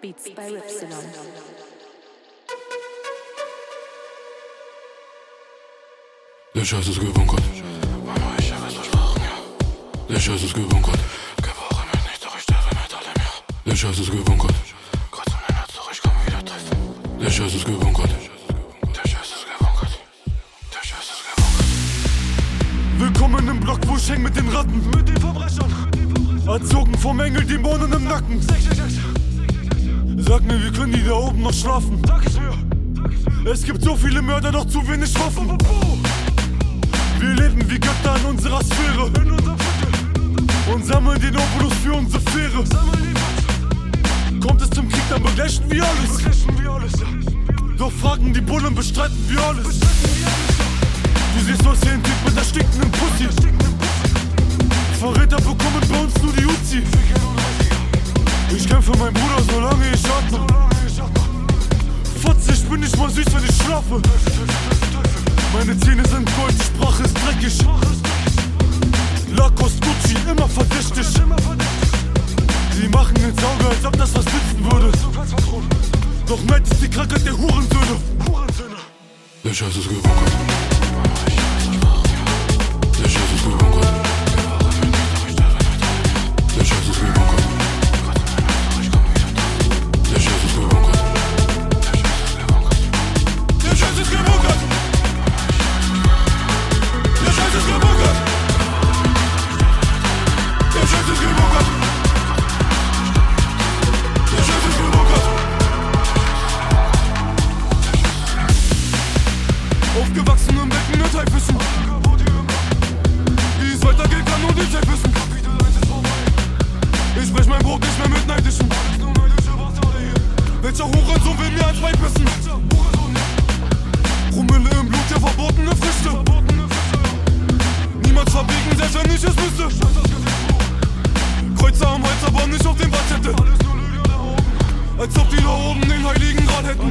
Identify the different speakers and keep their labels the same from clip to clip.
Speaker 1: Beats by Ripsilon.
Speaker 2: Der Scheiß ist gebunkert. Mama, ich hab es versprochen, ja. Der Scheiß ist gebunkert. Gebrauche mich nicht, doch ich sterbe mit allem, ja. Der Scheiß ist gebunkert. Gott und mein Herz, doch ich kann wieder treffen. Der Scheiß ist gebunkert. Der Scheiß ist gebunkert. Der Scheiß ist gebunkert.
Speaker 3: Willkommen im Block, wo ich häng mit den Ratten. Mit den Verbrechern. Erzogen vom Engel, Dämonen im Nacken. Sag mir, wie können die da oben noch schlafen? Sag es mir. Es gibt so viele Mörder, doch zu wenig Waffen. Wir leben wie Götter in unserer Sphäre. Und sammeln den Opulus für unsere Fähre. Kommt es zum Krieg, dann begleichen wir alles. Doch fragen die Bullen, bestreiten wir alles. Du siehst aus den Typ mit der stinkenden Pussy. Verräter bekommen bei uns nur die Uzi. Ich kämpfe mein Bruder, solange ich atme. Fotze, ich bin nicht mal süß, wenn ich schlafe. Meine Zähne sind gold, die Sprache ist dreckig. Lacoste, Gucci, immer verdächtig. Die machen ins Auge, als ob das was nützen würde. Doch Neid ist die Krankheit der Hurensöhne.
Speaker 2: Der Scheiß ist gebunkert. Mama, ich hab es versprochen, ja. Der Scheiß ist gebunkert. Gebrauche mich nicht, doch ich sterbe mit allem, ja. Der Scheiß ist gebunkert. Gott und mein Herz, doch ich kann wieder treffen. Der Scheiß ist gebunkert. Der Scheiß ist gebunkert.
Speaker 3: Der Scheiß ist gebunkert. Der Scheiß ist gebunkert. Der Scheiß ist gebunkert. Der Scheiß ist gebunkert. Aufgewachsen im Becken mit Haifissen. Wie es weitergeht, kann nur die Zeit wissen. Ich brech mein Brot nicht mehr mit Neidischen. Welcher Hurensohn will mir ein Weib pissen? Promille im Blut, der verbotene Früchte. Niemand verbiegen, selbst wenn ich es müsste. Kreuzer am Hals, aber nicht auf dem Wattzettel. Als ob die da oben den Heiligen Gral hätten.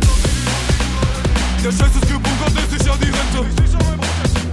Speaker 3: Der Scheiß ist gebunkert, ist sicher die Rente.